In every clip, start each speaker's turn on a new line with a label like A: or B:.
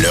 A: Le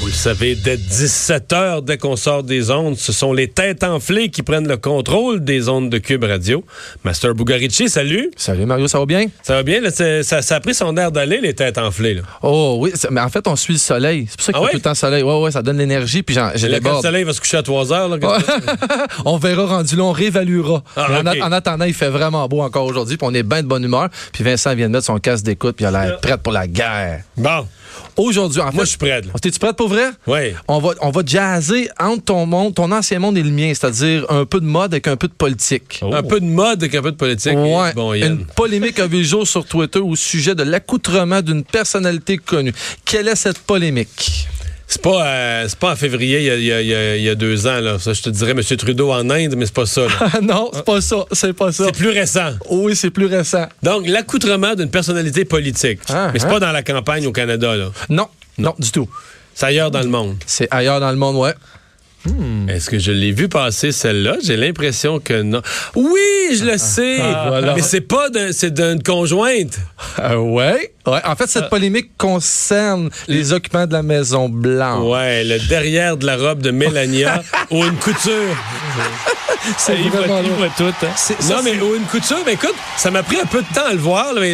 B: Vous le savez, dès 17 h dès qu'on sort des ondes, ce sont les têtes enflées qui prennent le contrôle des ondes de Cube Radio. Master Bugarici, salut.
C: Salut Mario, ça va bien?
B: Ça va bien? Là, c'est- ça, ça a pris son air d'aller, les têtes enflées. Là.
C: Oh oui, c'est- mais en fait, on suit le soleil. C'est pour ça qu'il
B: Ah
C: fait
B: ouais?
C: tout le temps soleil. Ouais, ouais, ça donne l'énergie, puis j'en- je
B: Là, quand le
C: déborde.
B: soleil va se coucher à 3 heures. là, quand-
C: on verra rendu là, on réévaluera.
B: Ah,
C: Mais en, a-
B: ok.
C: en attendant, il fait vraiment beau encore aujourd'hui, puis on est bien de bonne humeur. Puis Vincent vient de mettre son casque d'écoute, puis il a l'air prêt pour la guerre.
B: Bon,
C: Aujourd'hui, en fait...
B: moi, je suis prêt. là.
C: T'es-tu prête pour vrai?
B: Ouais.
C: On va, on va jazzer entre ton monde, ton ancien monde et le mien, c'est-à-dire un peu de mode avec un peu de politique.
B: Un peu de mode et un peu de politique.
C: Oh.
B: hein,
C: Ouais,
B: Oh, Bon, Yann.
C: une polémique a vu le jour sur Twitter au sujet de l'accoutrement d'une personnalité connue. Quelle est cette polémique?
B: C'est pas, euh, c'est pas en février, il y a- il y, a- il y a- il y a deux ans. Là. Ça, je te dirais M. Trudeau en Inde, mais c'est pas ça. là.
C: Ah non, c'est pas ça, c'est pas ça. Oh
B: C'est plus récent.
C: Oui, c'est plus récent.
B: Donc, l'accoutrement d'une personnalité politique.
C: Ah,
B: mais c'est
C: hein.
B: pas dans la campagne au Canada. là.
C: Non, non, du tout.
B: C'est ailleurs dans le monde.
C: C'est ailleurs dans le monde, ouais.
B: Est-ce que je l'ai vu passer celle-là? J'ai l'impression que non. Oui, je le sais!
C: Ah, voilà.
B: Mais c'est pas d'un- c'est d'une conjointe.
C: Euh, ouais. ouais. En fait,
B: Euh.
C: cette polémique concerne les occupants de la Maison Blanche.
B: Ouais, le derrière de la robe de Mélania ou une couture.
C: C'est
B: Il voit-
C: vraiment
B: il
C: là.
B: voit tout, hein.
C: C'est- ça,
B: Non, mais ou une couture, mais écoute, ça m'a pris un peu de temps à le voir. là, mais,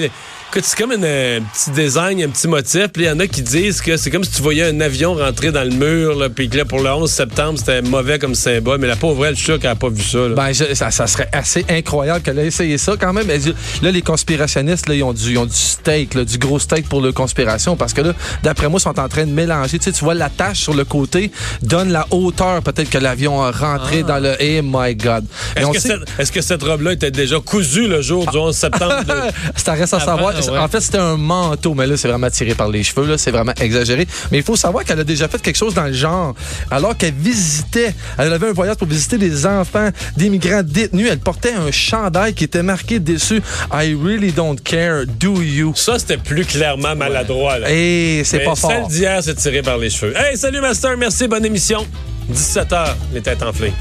B: écoute, c'est comme une, euh, un petit design, un petit motif. Puis il y en a qui disent que c'est comme si tu voyais un avion rentrer dans le mur. Là, puis que là, pour le 11 septembre, c'était mauvais comme symbole. Mais la pauvre, elle, je suis sûr qu'elle n'a pas vu ça. là.
C: Ben, je- ça, ça serait assez incroyable qu'elle ait essayé ça quand même. Mais je- Là, les conspirationnistes, là, ils, ont du, ils ont du steak, là, du gros steak pour le conspiration parce que là, d'après moi, ils sont en train de mélanger. Tu, sais, tu vois, la tache sur le côté donne la hauteur peut-être que l'avion a rentré dans le... Hey my God.
B: Ah.
C: Mais
B: Est-ce
C: on
B: que,
C: sait-
B: cette- est-ce que cette robe-là était déjà cousue le jour du 11 septembre? de-
C: Ça reste à
B: Avant,
C: savoir.
B: ouais.
C: En fait, c'était un manteau, mais là, c'est vraiment tiré par les cheveux. Là, c'est vraiment exagéré. Mais il faut savoir qu'elle a déjà fait quelque chose dans le genre. Alors qu'elle visitait, elle avait un voyage pour visiter des enfants, des migrants détenus. Elle portait un chandail qui était marqué dessus I really don't care, do you?
B: Ça, c'était plus clairement maladroit. là.
C: Et c'est
B: Mais
C: pas
B: Celle
C: fort.
B: d'hier, c'est tiré par les cheveux. Hey, salut, Master. Merci. Bonne émission. 17h, les têtes enflées.